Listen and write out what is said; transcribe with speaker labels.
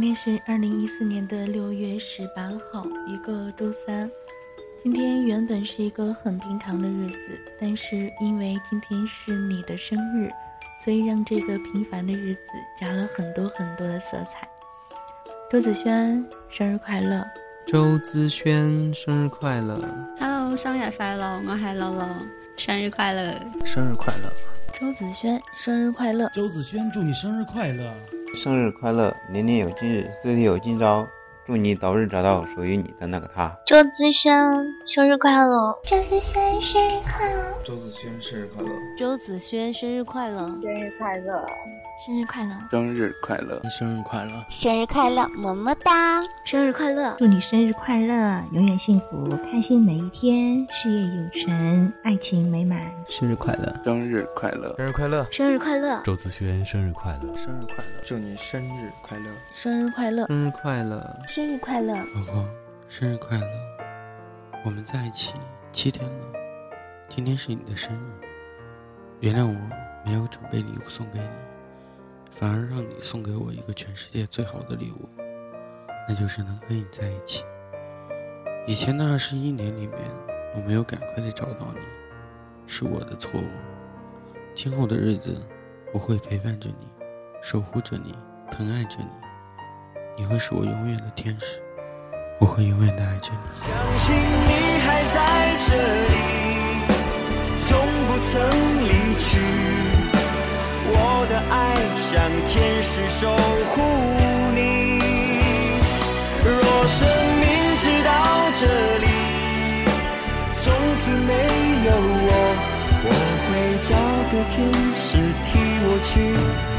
Speaker 1: 天是二零一四年的六月十八号，一个周三。今天原本是一个很平常的日子，但是因为今天是你的生日，所以让这个平凡的日子加了很多很多的色彩。周子轩，生日快乐！
Speaker 2: 周资轩生日快乐！
Speaker 3: Hello，生日快樂！我係樂樂，生日快樂！
Speaker 2: 生日快乐！
Speaker 1: 周子轩，生日快乐！
Speaker 4: 周子轩，祝你生日快乐！
Speaker 5: 生日快乐，年年有今日，岁岁有今朝。祝你早日找到属于你的那个他。
Speaker 6: 周资轩生日快乐！
Speaker 7: 周子轩生日快乐！
Speaker 8: 周子轩生日快乐！
Speaker 9: 周子轩生日快乐！
Speaker 10: 生日快乐！
Speaker 11: 生日快乐！
Speaker 12: 生日快乐！
Speaker 2: 生日快乐！
Speaker 7: 生日快乐！么么哒！
Speaker 13: 生日快乐！
Speaker 14: 祝你生日快乐，永远幸福，开心每一天，事业有成，爱情美满。
Speaker 2: 生日快乐！
Speaker 12: 生日快乐！
Speaker 2: 生日快乐！
Speaker 13: 生日快乐！
Speaker 15: 周子轩生日快乐！
Speaker 2: 生日快乐！
Speaker 12: 祝你生日快乐！
Speaker 1: 生日快乐！
Speaker 2: 生日快乐！
Speaker 13: 生日快乐！
Speaker 12: 老婆，生日快乐！我们在一起七天了，今天是你的生日，原谅我没有准备礼物送给你。反而让你送给我一个全世界最好的礼物，那就是能和你在一起。以前的二十一年里面，我没有赶快的找到你，是我的错误。今后的日子，我会陪伴着你，守护着你，疼爱着你。你会是我永远的天使，我会永远的爱着你。
Speaker 16: 相信你还在这里，从不曾离去。我的爱像天使守护你。若生命直到这里，从此没有我，我会找个天使替我去。